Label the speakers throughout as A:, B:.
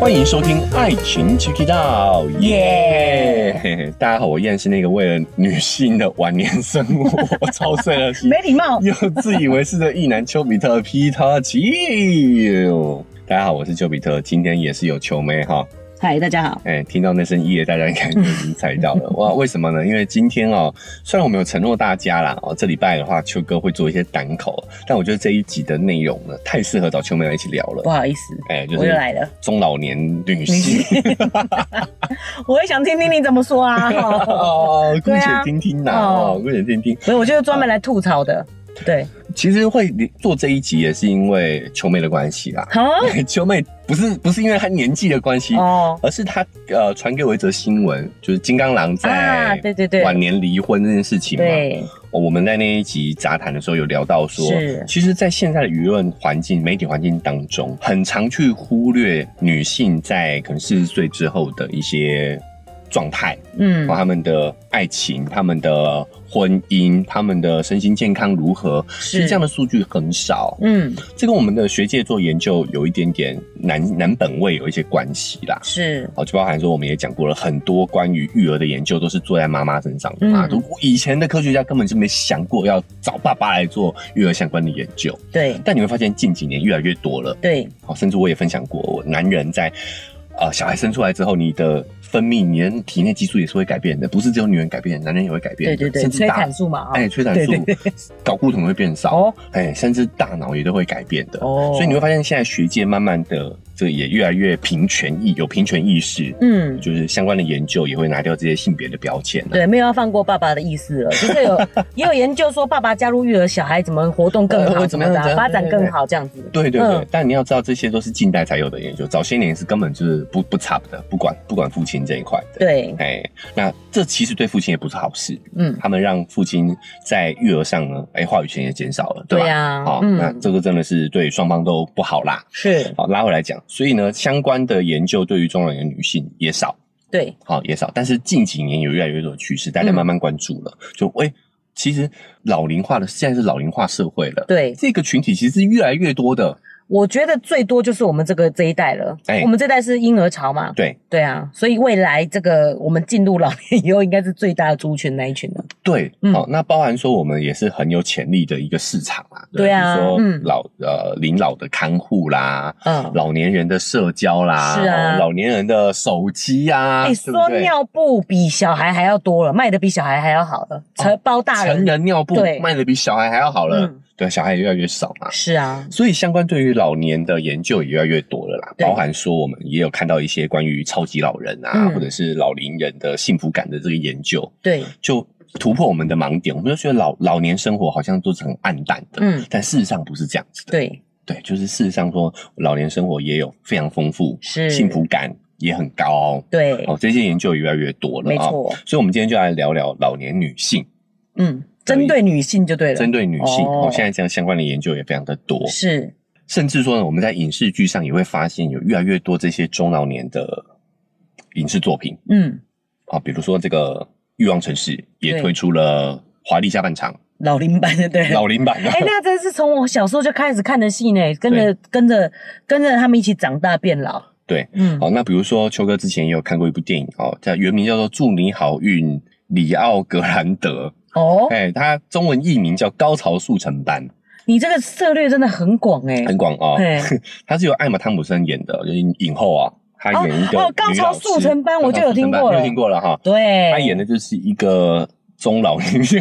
A: 欢迎收听《爱情 Check It Out》，耶！嘿嘿大家好，我依然是那个为了女性的晚年生活操碎了心
B: 没礼貌。
A: 又自以为是的异男丘比特皮特奇。大家好，我是丘比特，今天也是有球妹哈。
B: 嗨，大家好。
A: 哎、听到那声“耶”，大家应该就已经猜到 了哇？为什么呢？因为今天哦，虽然我们有承诺大家啦，哦，这礼拜的话，秋哥会做一些单口，但我觉得这一集的内容呢，太适合找秋妹来一起聊
B: 不
A: 了。
B: 好意思，
A: 哎、就
B: 我又
A: 是
B: 来了，
A: 中老年女性，
B: 我也想听听你怎么 说啊。哈
A: 哦，姑
B: 对
A: 且
B: 啊
A: 听听呐，
B: 哦
A: 哦，姑且听听。
B: 所以我就是专门来吐槽的。对，
A: 其实会做这一集也是因为秋妹的关系啦。
B: 哈
A: 秋妹不是不是因为她年纪的关系，
B: 哦
A: 而是她呃传给我一则新闻，就是金刚狼
B: 啊，
A: 在
B: 对对对，
A: 晚年离婚这件事情嘛。
B: 对
A: 哦我们在那一集杂谈的时候有聊到说
B: 是，
A: 其实，在现在的舆论环境、媒体环境当中，很常去忽略女性在可能四十岁之后的一些状态，
B: 嗯
A: 然后她们的爱情、她们的婚姻、她们的身心健康如何，其实
B: 是
A: 这样的数据很少。
B: 嗯
A: 这跟我们的学界做研究有一点点南南本位有一些关系啦。
B: 是
A: 哦，就包含说我们也讲过了很多关于育儿的研究，都是做在妈妈身上的
B: 嗯
A: 嘛。如果以前的科学家根本就没想过要找爸爸来做育儿相关的研究，
B: 对
A: 但你会发现近几年越来越多了。
B: 对
A: 哦，甚至我也分享过，我男人在呃小孩生出来之后，你的分泌、你的体内激素也是会改变的，不是只有女人改变，男人也会改变
B: 对
A: 的，
B: 对对，
A: 甚至
B: 催
A: 大
B: 产素嘛啊。
A: 哎催产
B: 对
A: 素
B: 对对，
A: 睾固酮会变少，
B: 哦
A: 哎，甚至大脑也都会改变的。
B: 哦，
A: 所以你会发现，现在学界慢慢的，这个也越来越平权意，有平权意识。
B: 嗯。
A: 就是相关的研究也会拿掉这些性别的标签、啊。
B: 对，没有要放过爸爸的意思了，就是 有也有研究说，爸爸加入育儿，小孩怎么活动更
A: 呃我
B: 好，
A: 怎
B: 怎么
A: 么
B: 的
A: 样怎
B: 啊
A: 样
B: 发展
A: 对对
B: 更
A: 对
B: 好这样子。
A: 对对对，
B: 嗯
A: 但你要知道，这些都是近代才有的研究，早些年是根本就是不不差的，不管不管父亲这一块的。，
B: 对，
A: 哎，那这其实对父亲也不是好事，
B: 嗯，
A: 他们让父亲在育儿上呢，哎，话语权也减少了，对吧？
B: 对啊
A: 好、
B: 嗯
A: 那这个真的是对双方都不好啦。
B: 是，
A: 好，拉回来讲，所以呢，相关的研究对于中老年女性也少，
B: 对，
A: 好、也少，但是近几年有越来越多的趋势，大家
B: 嗯
A: 慢慢关注了，就哎、其实老龄化的现在是老龄化社会了，
B: 对，
A: 这个群体其实是越来越多的，
B: 我觉得最多就是我们这个这一代了。
A: 哎
B: 我们这代是婴儿潮嘛，
A: 对
B: 对啊，所以未来这个我们进入老年以后，应该是最大的族群那一群了。
A: 对，好、
B: 嗯
A: 那包含说我们也是很有潜力的一个市场啦，
B: 对啊
A: 比如说
B: 嗯
A: 老、呃临老的看护啦，
B: 嗯，
A: 老年人的社交啦，
B: 是啊
A: 哦老年人的手机啊，
B: 哎、
A: 对不
B: 说
A: 对？
B: 尿布比小孩还要多了，卖的比小孩还要好了，成包大人。
A: 哦成人尿布
B: 对
A: 卖的比小孩还要好了，
B: 嗯
A: 对，小孩也越来越少嘛。
B: 是啊，
A: 所以相关对于老年的研究也越来越多了啦，
B: 对
A: 包含说我们也有看到一些关于超级老人啊，
B: 嗯
A: 或者是老龄人的幸福感的这个研究，
B: 对，
A: 就突破我们的盲点。我们就觉得老老年生活好像都是很暗淡的，
B: 嗯，
A: 但事实上不是这样子的。
B: 对，
A: 对，就是事实上说老年生活也有非常丰富，
B: 是
A: 幸福感也很高。
B: 嗯对，
A: 哦，这些研究也越来越多了
B: 没
A: 啊、
B: 错，
A: 所以，我们今天就来聊聊老年女性，
B: 嗯，针对女性就对了，
A: 针对女性哦
B: 哦
A: 现在这样相关的研究也非常的多。
B: 是，
A: 甚至说呢，我们在影视剧上也会发现有越来越多这些中老年的影视作品
B: 嗯，
A: 啊，比如说这个《欲望城市》也
B: 对
A: 推出了《华丽下半 场
B: 老龄版就对》了。
A: 老龄版的
B: 哎、，那真是从我小时候就开始看的戏呢，跟着跟着跟着他们一起长大变老。
A: 对。
B: 嗯，
A: 好，那比如说秋哥之前也有看过一部电影哦，叫原名叫做《祝你好运》，里奥格兰德，
B: 哦，
A: 哎，它中文译名叫《高潮速成班
B: 你这个策略真的很广哎、》，
A: 很广哦。
B: 哎，
A: 它是由艾玛汤普森演的，就是影后啊，她演一个
B: 哦哦高
A: 女
B: 潮
A: 老师
B: 速成班我就有听过
A: 高潮速成班
B: 了
A: 你有听过了哈。
B: 对，
A: 她演的就是一个中老年
B: 这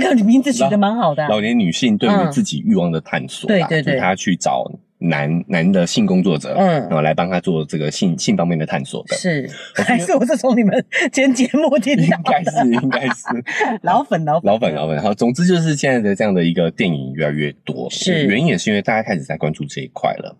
B: 个名字取得蛮好的啊、
A: 老年女性对于
B: 嗯
A: 自己欲望的探索啦，
B: 对对对
A: 就是她去找男男的性工作者，
B: 嗯
A: 然后来帮她做这个性性方面的探索的。
B: 是， 还是我是从你们前节目听
A: 应
B: 到
A: 该
B: 的，
A: 是，应该是
B: 老粉老粉
A: 老板，老板。然后，总之就是现在的这样的一个电影越来越多，
B: 是
A: 原因也是因为大家开始在关注这一块了。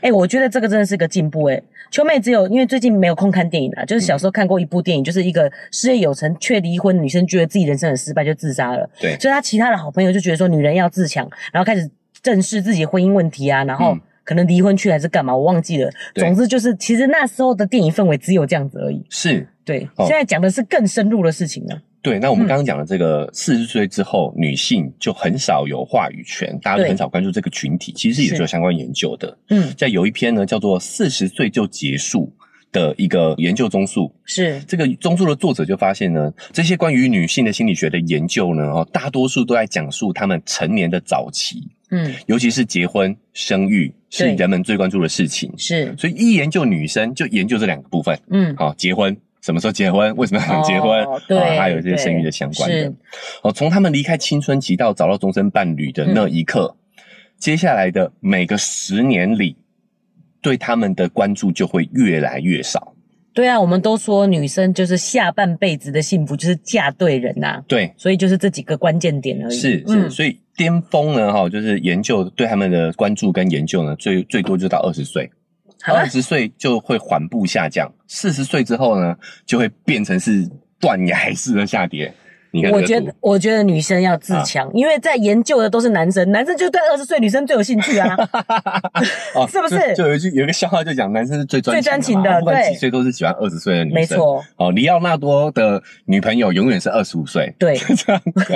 B: 哎、我觉得这个真的是个进步哎、秋妹只有因为最近没有空看电影啦，啊就是小
A: 嗯
B: 时候看过一部电影，就是一个事业有成却离婚，女生觉得自己人生很失败就自杀了。
A: 对
B: 所以她其他的好朋友就觉得说女人要自强，然后开始正视自己婚姻问题啊，然后
A: 嗯
B: 可能离婚去还是干嘛，我忘记了。
A: 对
B: 总之就是，其实那时候的电影氛围只有这样子而已。
A: 是，
B: 对，
A: 哦
B: 现在讲的是更深入的事情了。
A: 对，那我们刚刚讲的这个四十岁之后，女性就很少有话语权，大家都
B: 对
A: 很少关注这个群体，其实也
B: 是
A: 是有相关研究的。
B: 嗯，
A: 在有一篇呢叫做《四十岁就结束》的一个研究综述，
B: 是
A: 这个综述的作者就发现呢，这些关于女性的心理学的研究呢，哦，大多数都在讲述她们成年的早期，
B: 嗯
A: 尤其是结婚、生育是
B: 对
A: 人们最关注的事情。
B: 是
A: 所以一研究女生，就研究这两个部分。
B: 嗯，
A: 好、结婚什么时候结婚？为什么要想结婚？
B: 哦对
A: 啊还有这些生育的相关的
B: 是。
A: 哦，从他们离开青春期到找到终身伴侣
B: 嗯
A: 的那一刻，接下来的每个十年里，对他们的关注就会越来越少。
B: 对啊，我们都说女生就是下半辈子的幸福就是嫁对人呐、
A: 对，
B: 所以就是这几个关键点而已。嗯
A: 是是，所以巅峰呢，哈、就是研究对他们的关注跟研究呢，最最多就到二十岁，
B: 好啊
A: 二，十岁就会缓步下降，四十岁之后呢，就会变成是断崖式的下跌。你看这
B: 我
A: 个
B: 觉
A: 图
B: 得，我觉得女生要自
A: 啊
B: 强，因为在研究的都是男生，男生就对二十岁女生最有兴趣啊。
A: 哦
B: 是不是
A: 就就有一句有一个笑话，就讲男生是最专
B: 最专情
A: 嘛
B: 的
A: 不管
B: 对
A: 几岁都是喜欢二十岁 的女生。
B: 没。错，
A: 哦，里奥纳多的女朋友永远是二十五岁。
B: 对，
A: 这样子、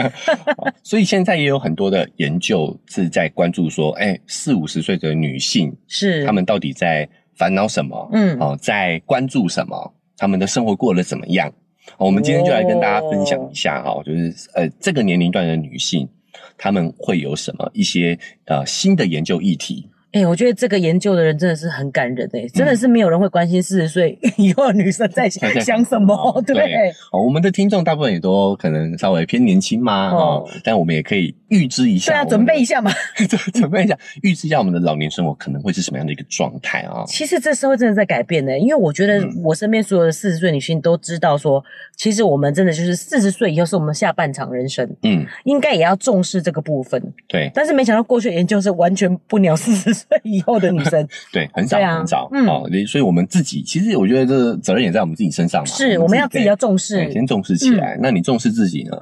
A: 哦所以现在也有很多的研究是在关注说，哎、四五十岁的女性，
B: 是
A: 她们到底在烦恼什么？
B: 嗯
A: 哦，在关注什么？她们的生活过得怎么样？哦我们今天就来跟大家分享一下哈、哦，就是呃，这个年龄段的女性，她们会有什么一些呃新的研究议题？
B: 哎、我觉得这个研究的人真的是很感人
A: 嗯
B: 哎、真的是没有人会关心四十岁以后的女生在
A: 在想
B: 想什
A: 什
B: 么
A: 么，
B: 对，
A: 对哦，我们的听众大部分也都可能稍微偏年轻嘛，
B: 哦
A: 哦，但我们也可以预知一下，
B: 对啊，准备 一，下嘛。
A: 准备一下，预知一下我们的老年生活可能会是什么样的一个状态 啊？
B: 其实这社会真的在改变呢、因为我觉得
A: 嗯
B: 我身边所有的四十岁女性都知道说，其实我们真的就是四十岁以后是我们下半场人生，
A: 嗯，
B: 应该也要重视这个部分。
A: 对
B: 但是没想到过去的研究是完全不鸟四十岁以后的女 生，
A: 对，很少
B: 对啊
A: 很少，
B: 嗯
A: 哦，所以我们自己其实我觉得这个责任也在我们自己身上嘛，
B: 是我们要自己要重
A: 对
B: 视
A: 先，重视起来。那你重视自己呢，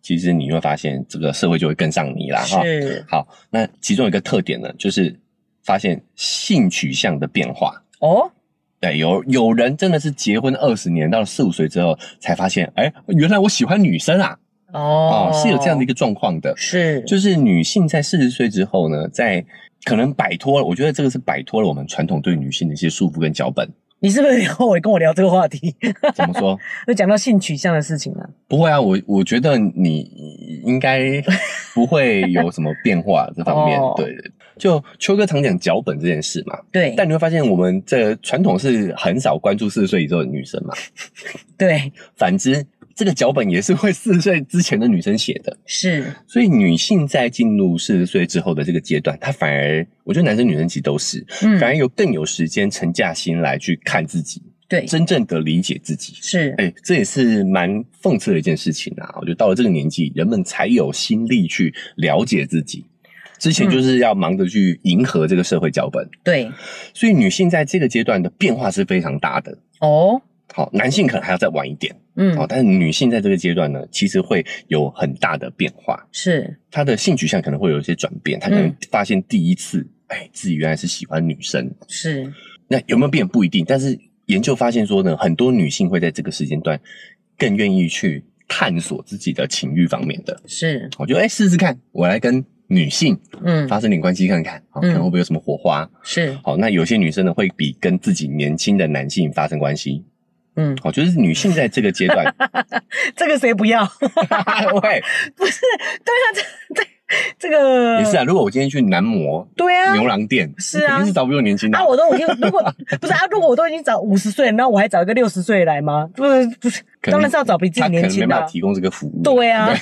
A: 其实你会发现这个社会就会跟上你啦，啊哈。
B: 是
A: 好，那其中有一个特点呢，就是发现性取向的变化。
B: 哦，
A: 对，有有人真的是结婚二十年，到了四五岁之后才发现，哎，原来我喜欢女生啊！
B: 哦
A: 哦，是有这样的一个状况的，
B: 是
A: 就是女性在四十岁之后呢，在可能摆脱了，我觉得这个是摆脱了我们传统对女性的一些束缚跟脚本。
B: 你是不是后悔跟我聊这个话题？
A: 怎么说？
B: 又讲到性取向的事情了、
A: 不会啊，我我觉得你应该不会有什么变 化这方面
B: 哦。
A: 对，就秋哥常讲脚本这件事嘛，
B: 对
A: 但你会发现我们这传统是很少关注四十岁以后的女生嘛。
B: 对，
A: 反之，这个脚本也是为四十岁之前的女生写的，
B: 是
A: 所以女性在进入四十岁之后的这个阶段，她反而，我觉得男生女生其实都是，
B: 嗯
A: 反而有更有时间沉下心来去看自己，
B: 对
A: 真正的理解自己。
B: 是
A: 哎、这也是蛮讽刺的一件事情啊！我觉得到了这个年纪，人们才有心力去了解自己。之前
B: 嗯
A: 就是要忙着去迎合这个社会脚本，
B: 对
A: 所以女性在这个阶段的变化是非常大的。
B: 哦，
A: 好，男性可能还要再晚一点。
B: 嗯
A: 哦，但是女性在这个阶段呢，其实会有很大的变化，
B: 是
A: 她的性取向可能会有一些转变，她可能
B: 嗯
A: 发现第一次，哎、自己原来是喜欢女生，
B: 是
A: 那有没有变不一定，但是研究发现说呢，很多女性会在这个时间段更愿意去探索自己的情欲方面的，
B: 是
A: 我觉得哎试试看，我来跟女性
B: 嗯
A: 发生点关系看看，好、
B: 嗯
A: 看会不会有什么火花。
B: 是
A: 好，那有些女生呢会比跟自己年轻的男性发生关系，
B: 嗯，
A: 好，就是女性在这个阶 段，
B: 这个谁不要？
A: 喂。
B: 不是对啊，这这这个
A: 也是啊，如果我今天去男模、
B: 对啊。
A: 牛郎店，
B: 是啊
A: 肯定是找不用年轻的啊、
B: 啊！我都已经如果不是啊，如果我都已经找五十岁，那我还找一个六十岁来吗？不是不是，
A: 可能
B: 当然是要找比自己
A: 他可
B: 年
A: 能没
B: 轻的
A: 办法
B: 啊、
A: 提供这个服务。
B: 对啊，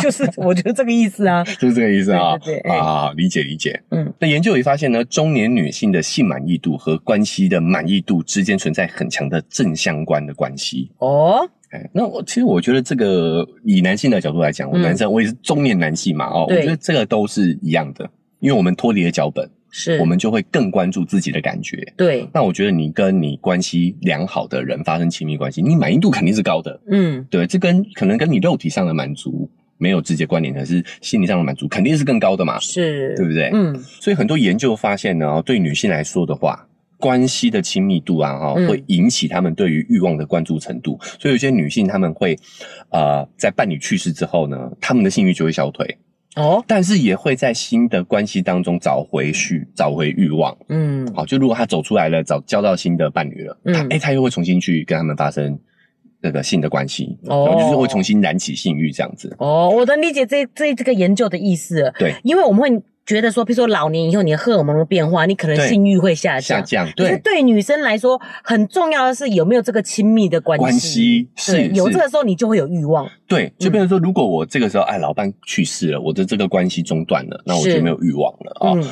B: 就是我觉得这个意思啊。
A: 就是这个意思啊。
B: 对对对哎
A: 啊，理解理解。
B: 嗯，
A: 那研究也发现呢，中年女性的性满意度和关系的满意度之间存在很强的正相关的关系。
B: 哦，
A: 哎，那我其实我觉得这个以男性的角度来讲，我
B: 嗯
A: 男生、我也是中年男性嘛，哦，我
B: 对
A: 觉得这个都是一样的，因为我们脱离了脚本，
B: 是
A: 我们就会更关注自己的感觉。
B: 对，
A: 那我觉得你跟你关系良好的人发生亲密关系，你满意度肯定是高的。
B: 嗯，
A: 对，这跟可能跟你肉体上的满足没有直接关联，可是心理上的满足肯定是更高的嘛，
B: 是，
A: 对不对？
B: 嗯，
A: 哦所以很多研究发现呢，对女性来说的话，关系的亲密度啊，哈、
B: 嗯
A: 会引起他们对于欲望的关注程度。所以有些女性她们会，呃，在伴侣去世之后呢，她们的性欲就会消退，
B: 哦，
A: 但是也会在新的关系当中找回欲，找回欲望。
B: 嗯，
A: 好，就如果她走出来了，找交到新的伴侣了，
B: 嗯
A: 她哎，她又会重新去跟他们发生那个性的关系，
B: 哦
A: 然后就是会重新燃起性欲这样子。
B: 哦，我能理解这这这个研究的意思了。
A: 对，
B: 因为我们会觉得说，譬如说老年以后你的荷尔蒙的变化，你可能
A: 对
B: 性欲会下
A: 下
B: 降。
A: 降，
B: 可是
A: 对，
B: 对女生来说，很重要的是有没有这个亲密的关系。
A: 关系是
B: 对有
A: 是
B: 这个时候你就会有欲望。
A: 对，就
B: 嗯
A: 变成说，如果我这个时候，哎，老伴去世了，我的这个关系中断了，那我
B: 是
A: 就没有欲望了啊。
B: 嗯，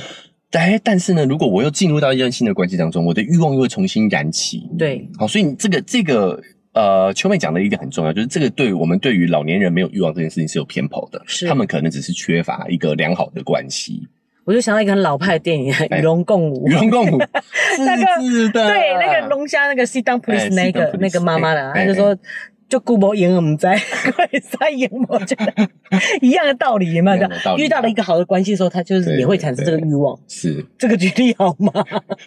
A: 哎、但是呢，如果我又进入到一段新的关系当中，我的欲望又会重新燃起。
B: 对，
A: 好，所以你这个这个呃，秋妹讲的一个很重要，就是这个对我们对于老年人没有欲望这件事情是有偏颇的，
B: 是
A: 他们可能只是缺乏一个良好的关 系，
B: 我就想到一个很老派的电影《
A: 哎
B: 与龙共舞
A: 与》。 龙共舞，
B: 那个
A: 是的，
B: 对，那个龙虾那个 sit down please
A: 哎
B: 那
A: sit down
B: 个
A: please，
B: 那个妈妈啦，她
A: 哎
B: 就说。就顾博赢我们在， 会再赢我觉 得一样的道理，有没有
A: 一样的道？理
B: 遇到了一个好的关系的时候，他就是
A: 对
B: 也会产生这
A: 对
B: 个欲望。
A: 是
B: 这个举例好吗？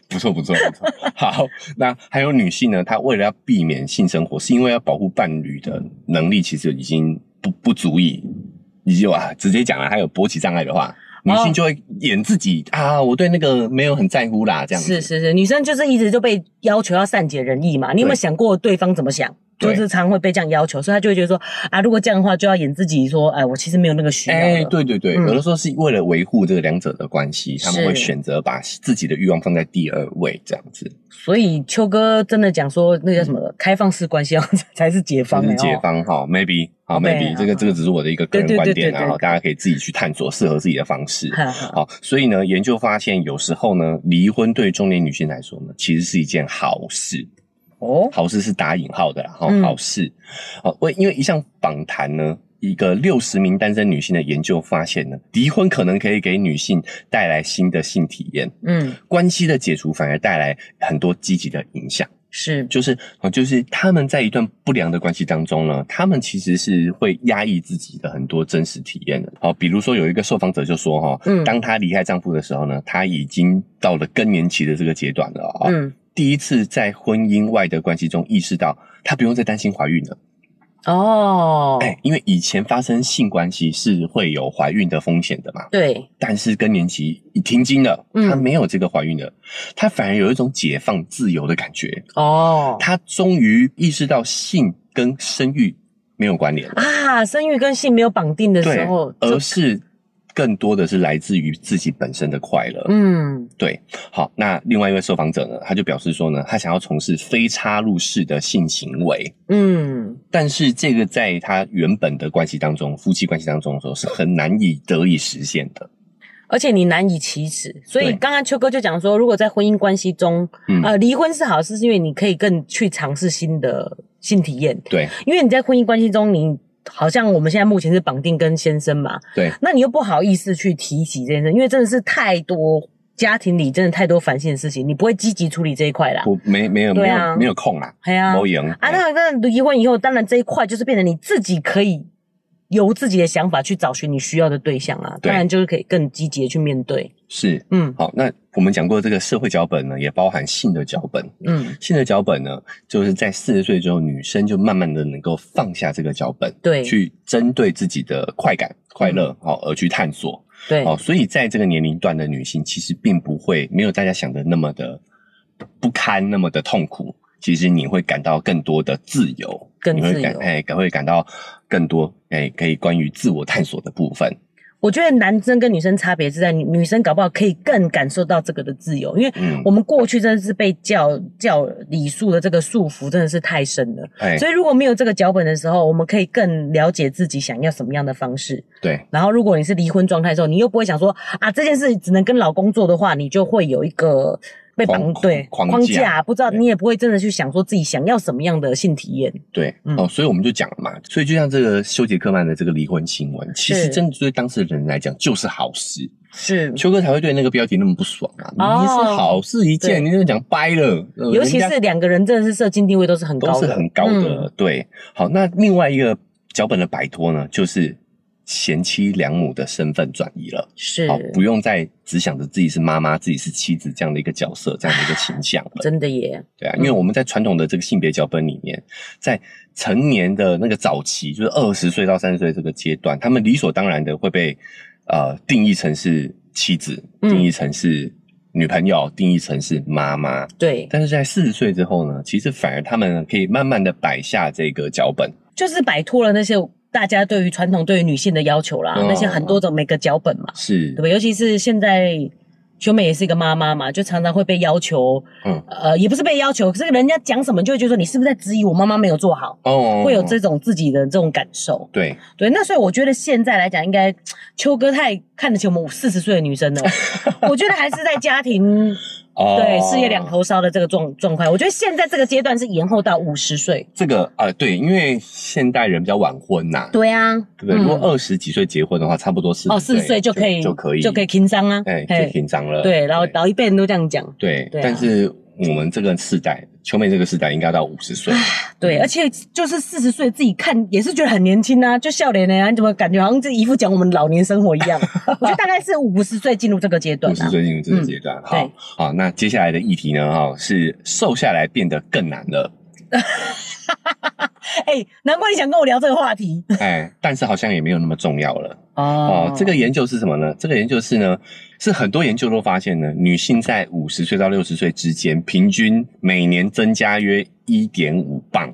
A: 不错，不错，不错。 好，那还有女性呢，她为了要避免性生活，是因为要保护伴侣的能力，其实已经不不足以，你就啊，直接讲了，还有勃起障碍的话，
B: 哦
A: 女性就会演自己、啊，我对那个没有很在乎啦，这样子。
B: 是是是，女生就是一直就被要求要善解人意嘛。你有没有
A: 对
B: 想过对方怎么想？就
A: 对
B: 是常会被这样要求，所以她就会觉得说啊，如果这样的话，就要演自己说，哎，我其实没有那个需要了。
A: 哎、对对对，
B: 嗯
A: 有的时候是为了维护这个两者的关系，他们
B: 是
A: 会选择把自己的欲望放在第二位，这样子。
B: 所以秋哥真的讲说，那叫什么、开放式关系 要才是解放、
A: 就
B: 欸
A: 是
B: 哦，
A: 嗯解放哈，maybe 好
B: 对
A: maybe
B: 啊
A: 这个这个只是我的一个个
B: 对
A: 人
B: 对
A: 观
B: 对
A: 点
B: 对
A: 啊，
B: 对
A: 然后大家可以自己去探索适合自己的方式。
B: 哈哈。
A: 好，所以呢，研究发现，有时候呢，离婚对中年女性来说呢，其实是一件好事。
B: 哦，
A: 好事是打引号的啦，哈、
B: 嗯
A: 好事。好，为因为一项访谈呢，一个六十名单身女性的研究发现呢，离婚可能可以给女性带来新的性体验，
B: 嗯，
A: 关系的解除反而带来很多积极的影响。
B: 是
A: 就是呃就是他们在一段不良的关系当中呢，他们其实是会压抑自己的很多真实体验的。好，比如说有一个受访者就说哈，
B: 嗯
A: 当她离开丈夫的时候呢，她已经到了更年期的这个阶段了啊、
B: 嗯
A: 第一次在婚姻外的关系中意识到，她不用再担心怀孕了。
B: 哦，
A: 哎、因为以前发生性关系是会有怀孕的风险的嘛，
B: 对，
A: 但是更年期已停经了，
B: 嗯
A: 她没有这个怀孕了，她反而有一种解放自由的感觉。
B: 哦
A: 他终于意识到性跟生育没有关联了，
B: 啊，生育跟性没有绑定的时
A: 对
B: 候，，
A: 而
B: 就是
A: 更多的是来自于自己本身的快乐。
B: 嗯
A: 对，好，那另外一位受访者呢，他就表示说呢，他想要从事非插入式的性行为，
B: 嗯，
A: 但是这个在他原本的关系当中，夫妻关系当中的时候是很难以得以实现的。
B: 而且你难以启齿。所以
A: 对
B: 刚刚秋哥就讲说，如果在婚姻关系中，
A: 嗯
B: 呃，离婚是好事，是因为你可以更去尝试新的性体验。
A: 对
B: 因为你在婚姻关系中，你好像我们现在目前是绑定跟先生嘛，
A: 对，
B: 那你又不好意思去提起这件事，因为真的是太多家庭里真的太多烦心的事情，你不会积极处理这一块啦。
A: 我没没有、
B: 对
A: 没
B: 啊
A: 有没有空啦，
B: 哎呀，
A: 没赢
B: 啊，那那离婚以后，当然这一块就是变成你自己可以由自己的想法去找寻你需要的对象啊，
A: 对
B: 当然就是可以更积极的去面对。
A: 是
B: 嗯
A: 好。那我们讲过这个社会脚本呢，也包含性的脚本。
B: 嗯，
A: 性的脚本呢，就是在四十岁之后，女生就慢慢的能够放下这个脚本，
B: 对嗯
A: 去针对自己的快感、快乐好、而去探索
B: 对，
A: 哦。所以在这个年龄段的女性，其实并不会没有大家想的那么的不堪，那么的痛苦。其实你会感到更多的自由，
B: 更
A: 你
B: 自由
A: 会感哎，感会感到更多哎，可以关于自我探索的部分。
B: 我觉得男生跟女生差别是在女女生搞不好可以更感受到这个的自由，因为
A: 嗯
B: 我，们过去真的是被教教礼数的这个束缚真的是太深了，
A: 哎，
B: 所以如果没有这个脚本的时候，我们可以更了解自己想要什么样的方式。
A: 对，
B: 然后，如果你是离婚状态的时候，你又不会想说啊这件事只能跟老公做的话，你就会有一个被绑
A: 框
B: 对
A: 框
B: 框
A: 架
B: 架，不知道
A: 对
B: 你也不会真的去想说自己想要什么样的性体验。
A: 对，
B: 嗯
A: 哦，所以我们就讲了嘛，所以就像这个修杰克曼的这个离婚新闻，其
B: 是
A: 实真的对当事人来讲就是好事，
B: 是
A: 秋哥才会对那个标题那么不爽啊。
B: 哦
A: 你是好事一
B: 对
A: 件，你就讲掰了，呃
B: 尤其
A: 人家
B: 是两个人真的是社经地位都是很高
A: 都
B: 的，嗯
A: 是很高的，对。好，那另外一个脚本的摆脱呢，就是贤妻良母的身份转移了。
B: 是
A: 好，不用再只想着自己是妈妈、自己是妻子这样的一个角色、这样的一个形象了。
B: 真的耶，
A: 对啊，因为我们在传统的这个性别脚本里面，在成年的那个早期，就是二十岁到三十岁这个阶段，他们理所当然的会被呃定义成是妻子，
B: 嗯
A: 定义成是女朋友，定义成是妈妈。
B: 对，
A: 但是在四十岁之后呢，其实反而他们可以慢慢的摆下这个脚本，
B: 就是摆脱了那些大家对于传统对于女性的要求啦，
A: 嗯
B: 那些很多的每个脚本嘛，
A: 是
B: 对吧？尤其是现在秋妹也是一个妈妈嘛，就常常会被要求，
A: 嗯
B: 呃，也不是被要求，可是人家讲什么就会觉得说你是不是在质疑我妈妈没有做好，
A: 哦
B: 会有这种自己的这种感受。
A: 对，
B: 对，那所以我觉得现在来讲，应该秋哥太看得起我们四十岁的 女生了。我觉得还是在家庭
A: 哦
B: 对事业两。头烧的这个状状况，我觉得现在这个阶段是延后到五十岁。
A: 这个啊、呃对，因为现代人比较晚婚呐、
B: 对啊，
A: 对不对？如果二十几岁结婚的话，差不多四
B: 哦四十岁就可以
A: 就可以
B: 就可以轻商啊，
A: 哎，
B: 嘿
A: 就紧张了。哎
B: 对，然后老一辈人都这样讲，
A: 对，
B: 对啊
A: 但是我们这个世代，秋妹这个世代应该到五十
B: 啊
A: 岁，嗯
B: 对，而且就是四十岁自己看也是觉得很年轻啊，就笑脸呢，你怎么感觉好像这一副讲我们老年生活一 样？我觉得大概是五十岁进入这个阶段
A: 五十
B: 啊，
A: 岁进入这个阶段。好
B: 对，
A: 好，那接下来的议题呢？哈，是瘦下来变得更难了。
B: 哎，难怪你想跟我聊这个话题
A: 哎，但是好像也没有那么重要了。
B: 哦
A: 哦，这个研究是什么呢？这个研究是呢，是很多研究都发现呢，女性在五十岁到六十岁之间，平均每年增加约一点五磅。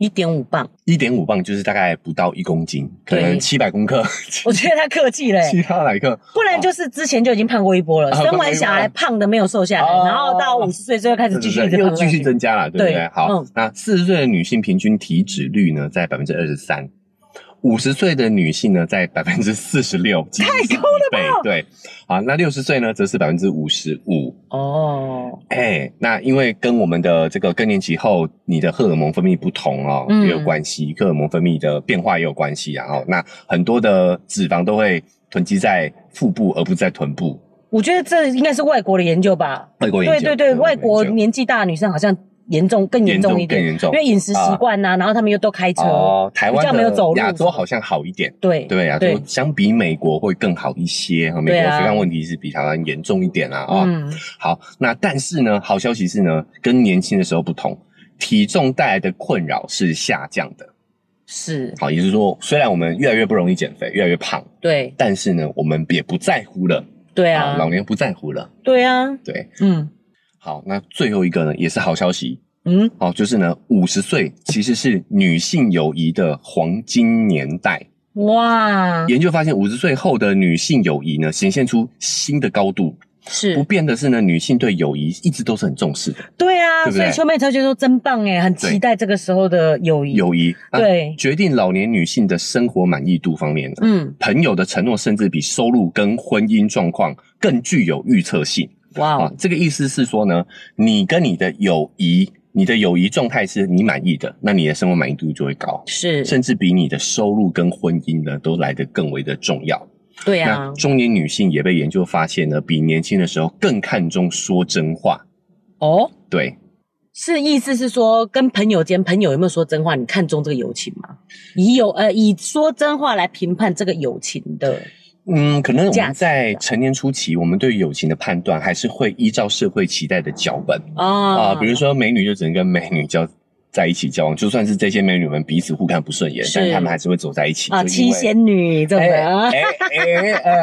B: 一点五磅，
A: 一点五磅就是大概不到一公斤，可
B: 对
A: 能七百公克，
B: 我觉得他客气嘞、
A: 七八百克。
B: 不然就是之前就已经胖过一波了，
A: 啊
B: 生完小孩胖的没有瘦下来，
A: 哦
B: 然后到五十岁之后开始继续一直
A: 又
B: 胖下
A: 继续
B: 去，
A: 增加了，对不对？
B: 对
A: 好，
B: 嗯
A: 那四十岁的女性平均体脂率呢在百分之二十三，五十岁的女性呢在百分之四十六，太高了吧？对，好，那六十岁呢则是百分之五十五。
B: 哦，
A: 哎，那因为跟我们的这个更年期后你的荷尔蒙分泌不同哦，
B: 嗯
A: 也有关系，荷尔蒙分泌的变化也有关系啊、然后那很多的脂肪都会囤积在腹部，而不是在臀部。
B: 我觉得这应该是外国的研究吧，
A: 外国研
B: 对
A: 究，
B: 对对，外国
A: 研究
B: 年纪大的女生好像严重更严
A: 严
B: 重一
A: 重更
B: 点，
A: 严重啊
B: 因，为饮食习惯啊呐，然后他们又都开车，
A: 哦，台湾
B: 比较没有走
A: 的
B: 路
A: 亚洲好像好一点，
B: 对
A: 对亚洲
B: 对
A: 相比美国会更好一些，哈美
B: 对
A: 国
B: 啊
A: 肥胖问题是比台湾严重一点啦，啊、
B: 嗯，
A: 好，那但是呢，好消息是呢，跟年轻的时候不同，体重带来的困扰是下降的。
B: 是
A: 好，也就是说，虽然我们越来越不容易减肥，越来越胖，
B: 对
A: 但是呢，我们也不在乎了，
B: 对
A: 啊，
B: 啊
A: 老，年不在乎了，
B: 对啊，
A: 对。
B: 嗯
A: 好，那最后一个呢，也是好消息，
B: 嗯，
A: 哦，就是呢，五十岁其实是女性友谊的黄金年代。
B: 哇，
A: 研究发现，五十岁后的女性友谊呢，显现出新的高度。不
B: 是
A: 变的是呢，女性对友谊一直都是很重视的。
B: 对啊，
A: 对不
B: 所
A: 对
B: 以秋妹才觉得说真棒哎，很期
A: 对
B: 待这个时候的友谊，
A: 友谊、啊
B: 对
A: 决定老年女性的生活满意度方面呢，
B: 嗯，
A: 朋友的承诺甚至比收入跟婚姻状况更具有预测性
B: 哇
A: 啊
B: 哦。，
A: 这个意思是说呢，你跟你的友谊，你的友谊状态是你满意的，那你的生活满意度就会高，
B: 是，
A: 甚至比你的收入跟婚姻呢都来得更为的重要。
B: 对
A: 那
B: 啊，
A: 中年女性也被研究发现呢，比年轻的时候更看重说真话。
B: 哦，
A: 对，
B: 是意思是说，跟朋友间，朋友有没有说真话？你看重这个友情吗？以友呃，以说真话来评判这个友情的，
A: 嗯，可能我
B: 价
A: 们
B: 值啊
A: 在成年初期，我们对友情的判断还是会依照社会期待的脚本啊、
B: 啊
A: 比如说美女就只能跟美女交在一起交往，就算是这些美女们彼此互看不顺眼，
B: 是
A: 但是她们还是会走在一起
B: 啊，
A: 就因
B: 七
A: 为
B: 仙女这种
A: 哎
B: 的啊，
A: 哎哎哎！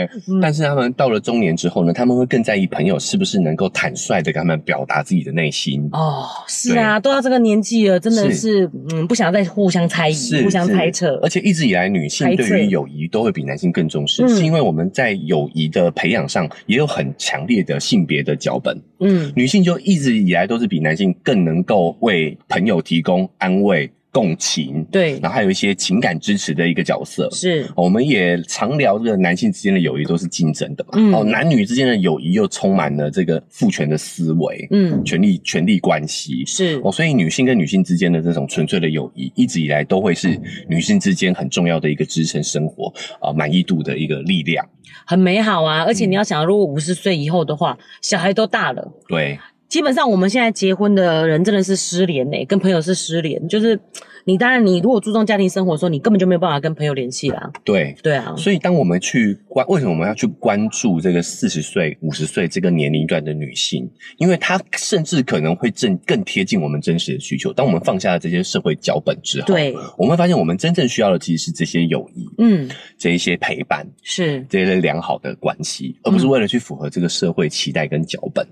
A: 哎
B: 嗯
A: 但是她们到了中年之后呢，她们会更在意朋友是不是能够坦率的跟她们表达自己的内心。
B: 哦，是啊，都到这个年纪了，真的是，嗯，不想再互相猜疑、
A: 是
B: 互相
A: 是
B: 猜测
A: 而。且一直以来，女性
B: 猜测
A: 对于友谊都会比男性更重视，
B: 嗯
A: 是因为我们在友谊的培养上也有很强烈的性别的脚本。
B: 嗯，
A: 女性就一直以来都是比男性更能够为朋友提供安慰、共情，
B: 对，
A: 然后还有一些情感支持的一个角色。
B: 是，
A: 我们也常聊这个男性之间的友谊都是竞争的嘛，
B: 嗯
A: 哦，男女之间的友谊又充满了这个父权的思维、
B: 嗯，
A: 权力、权力关系，
B: 是
A: 哦，所以女性跟女性之间的这种纯粹的友谊，一直以来都会是女性之间很重要的一个支撑生活啊、呃满意度的一个力量。嗯
B: 很美好啊。而且你要想，如果五十岁以后的话，小孩都大了，
A: 对，
B: 基本上我们现在结婚的人真的是失联呢、跟朋友是失联，就是你当然你如果注重家庭生活的时候，你根本就没有办法跟朋友联系啦。
A: 对，
B: 对啊，
A: 所以当我们去关，为什么我们要去关注这个四十岁、五十岁这个年龄段的女性？因为她甚至可能会正更贴近我们真实的需求。当我们放下了这些社会脚本之后，，
B: 对，
A: 我们会发现我们真正需要的其实是这些友谊、
B: 嗯，
A: 这一些陪伴、
B: 是，
A: 这些良好的关系，而不是为了去符合这个社会期待跟脚本。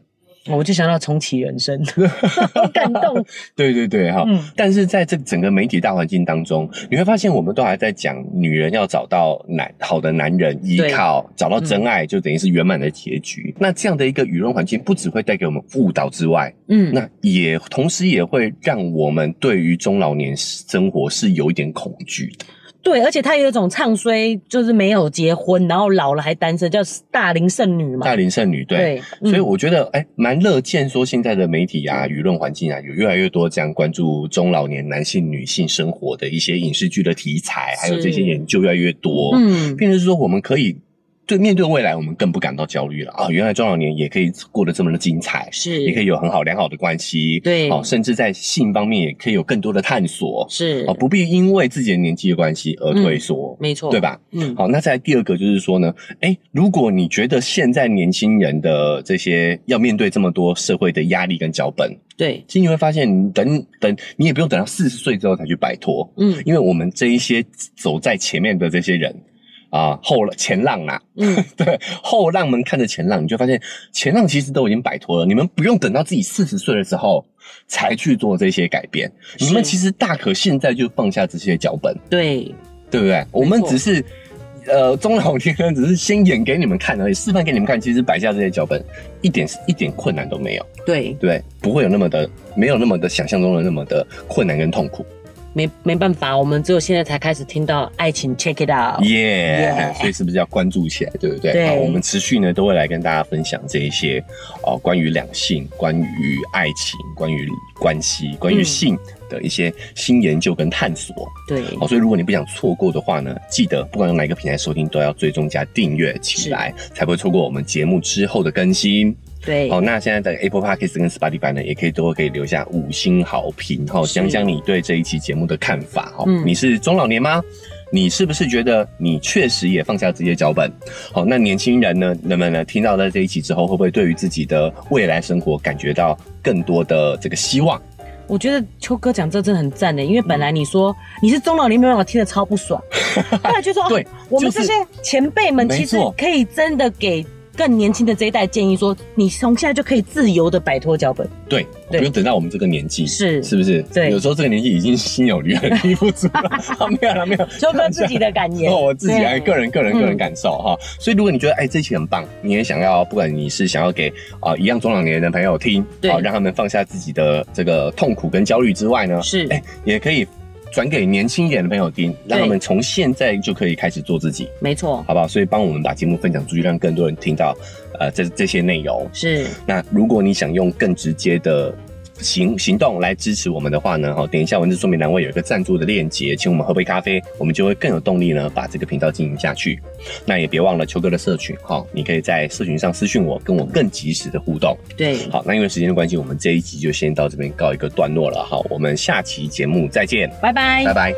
B: 我就想到重启人生， 好感动，
A: 对对对，哈、
B: 嗯，
A: 但是在这整个媒体大环境当中，你会发现我们都还在讲女人要找到男好的男人依靠，找到真
B: 嗯
A: 爱，就等于是圆满的结局。那这样的一个舆论环境，不只会带给我们误导之外，
B: 嗯，
A: 那也同时也会让我们对于中老年生活是有一点恐惧
B: 嗯
A: 的。
B: 对，而且他有一种唱衰，就是没有结婚，然后老了还单身，叫大龄剩女嘛。
A: 大龄剩女，对。
B: 对，
A: 所以
B: 嗯
A: 我觉得，哎、蛮乐见说现在的媒体啊、舆论环境啊，有越来越多这样关注中老年男性、女性生活的一些影视剧的题材，还有这些
B: 是
A: 研究越来越多。
B: 嗯，
A: 变成是说我们可以对面对未来，我们更不感到焦虑了啊！原来中老年也可以过得这么的精彩，
B: 是，
A: 也可以有很好良好的关系，
B: 对
A: 哦，甚至在性方面也可以有更多的探索，
B: 是嗯
A: 哦，，不必因为自己的年纪的关系而退缩。
B: 没错，
A: 对？吧？
B: 嗯，
A: 好，那再来第二个就是说呢，哎，如果你觉得现在年轻人的这些要面对这么多社会的压力跟脚本，
B: 对，
A: 其实你会发现，你等等，你也不用等到四十岁之后才去摆脱，
B: 嗯
A: 因为我们这一些走在前面的这些人啊， 后浪前浪啦、
B: 嗯，
A: 对，后浪们看着前浪，你就发现前浪其实都已经摆脱了，你们不用等到自己四十岁的时候才去做这些改变，
B: 是
A: 你们其实大可现在就放下这些脚本，
B: 对，
A: 对不对？我们只是。呃，中老年人只是先演给你们看而已，示范给你们看。其实摆下这些脚本，一点一点困难都没有，
B: 对，
A: 对，不会有那么的，没有那么的想象中的那么的困难跟痛苦。
B: 没没办法，我们只有现在才开始听到爱情 check it out，
A: 耶
B: Yeah
A: 所以是不是要关注起来，对不对？
B: 对
A: 好，我们持续呢都会来跟大家分享这一些哦、呃关于两性、关于爱情、关于关系、关于
B: 嗯
A: 性的一些新研究跟探索。
B: 对，
A: 好、所以如果你不想错过的话呢，记得不管用哪一个平台收听，都要追踪加订阅起来，才不会错过我们节目之后的更新。
B: 对，
A: 好，那现在在 Apple Podcast 跟 Spotify 呢，也可以都可以留下五星好评哈，
B: 是
A: 讲讲你对这一期节目的看法哈。
B: 嗯
A: 你是中老年吗？你是不是觉得你确实也放下这些脚本？好，那年轻人呢，人们呢听到在这一期之后，会不会对于自己的未来生活感觉到更多的这个希望？
B: 我觉得秋哥讲这真的很赞的，因为本来你说你是中老年没办法听得超不 爽，后来就说
A: 对
B: 哦我们
A: 就是
B: 这些前辈们其实
A: 没错
B: 可以真的给更年轻的这一代建议说，你从现在就可以自由的摆脱 脚本，
A: 对，
B: 对
A: 不用等到我们这个年纪，
B: 是
A: 是不是？
B: 对
A: 有时候这个年纪已经心有余 而力不足了。啊没有了，没有，
B: 秋哥自己的感言，
A: 哦，我自己来
B: 对
A: 个人个人个人
B: 嗯
A: 感受哈、所以如果你觉得哎这期很棒，你也想要，不管你是想要给啊、一样中老年的朋友听，啊
B: 对
A: 好让他们放下自己的这个痛苦跟焦虑之外呢，
B: 是
A: 哎也可以转给年轻一点的朋友听，让他们从现在就可以开始做自己，
B: 没错，
A: 好不好？所以帮我们把节目分享出去，让更多人听到呃这这些内容。
B: 是
A: 那如果你想用更直接的行行动来支持我们的话呢，哈，哦点一下文字说明栏位有一个赞助的链接，请我们喝杯咖啡，我们就会更有动力呢把这个频道经营下去。那也别忘了秋哥的社群，哈，你可以在社群上私讯我，跟我更及时的互动。
B: 对，
A: 好，那因为时间的关系，我们这一集就先到这边告一个段落了，哈，我们下期节目再见，
B: 拜拜
A: 拜。拜。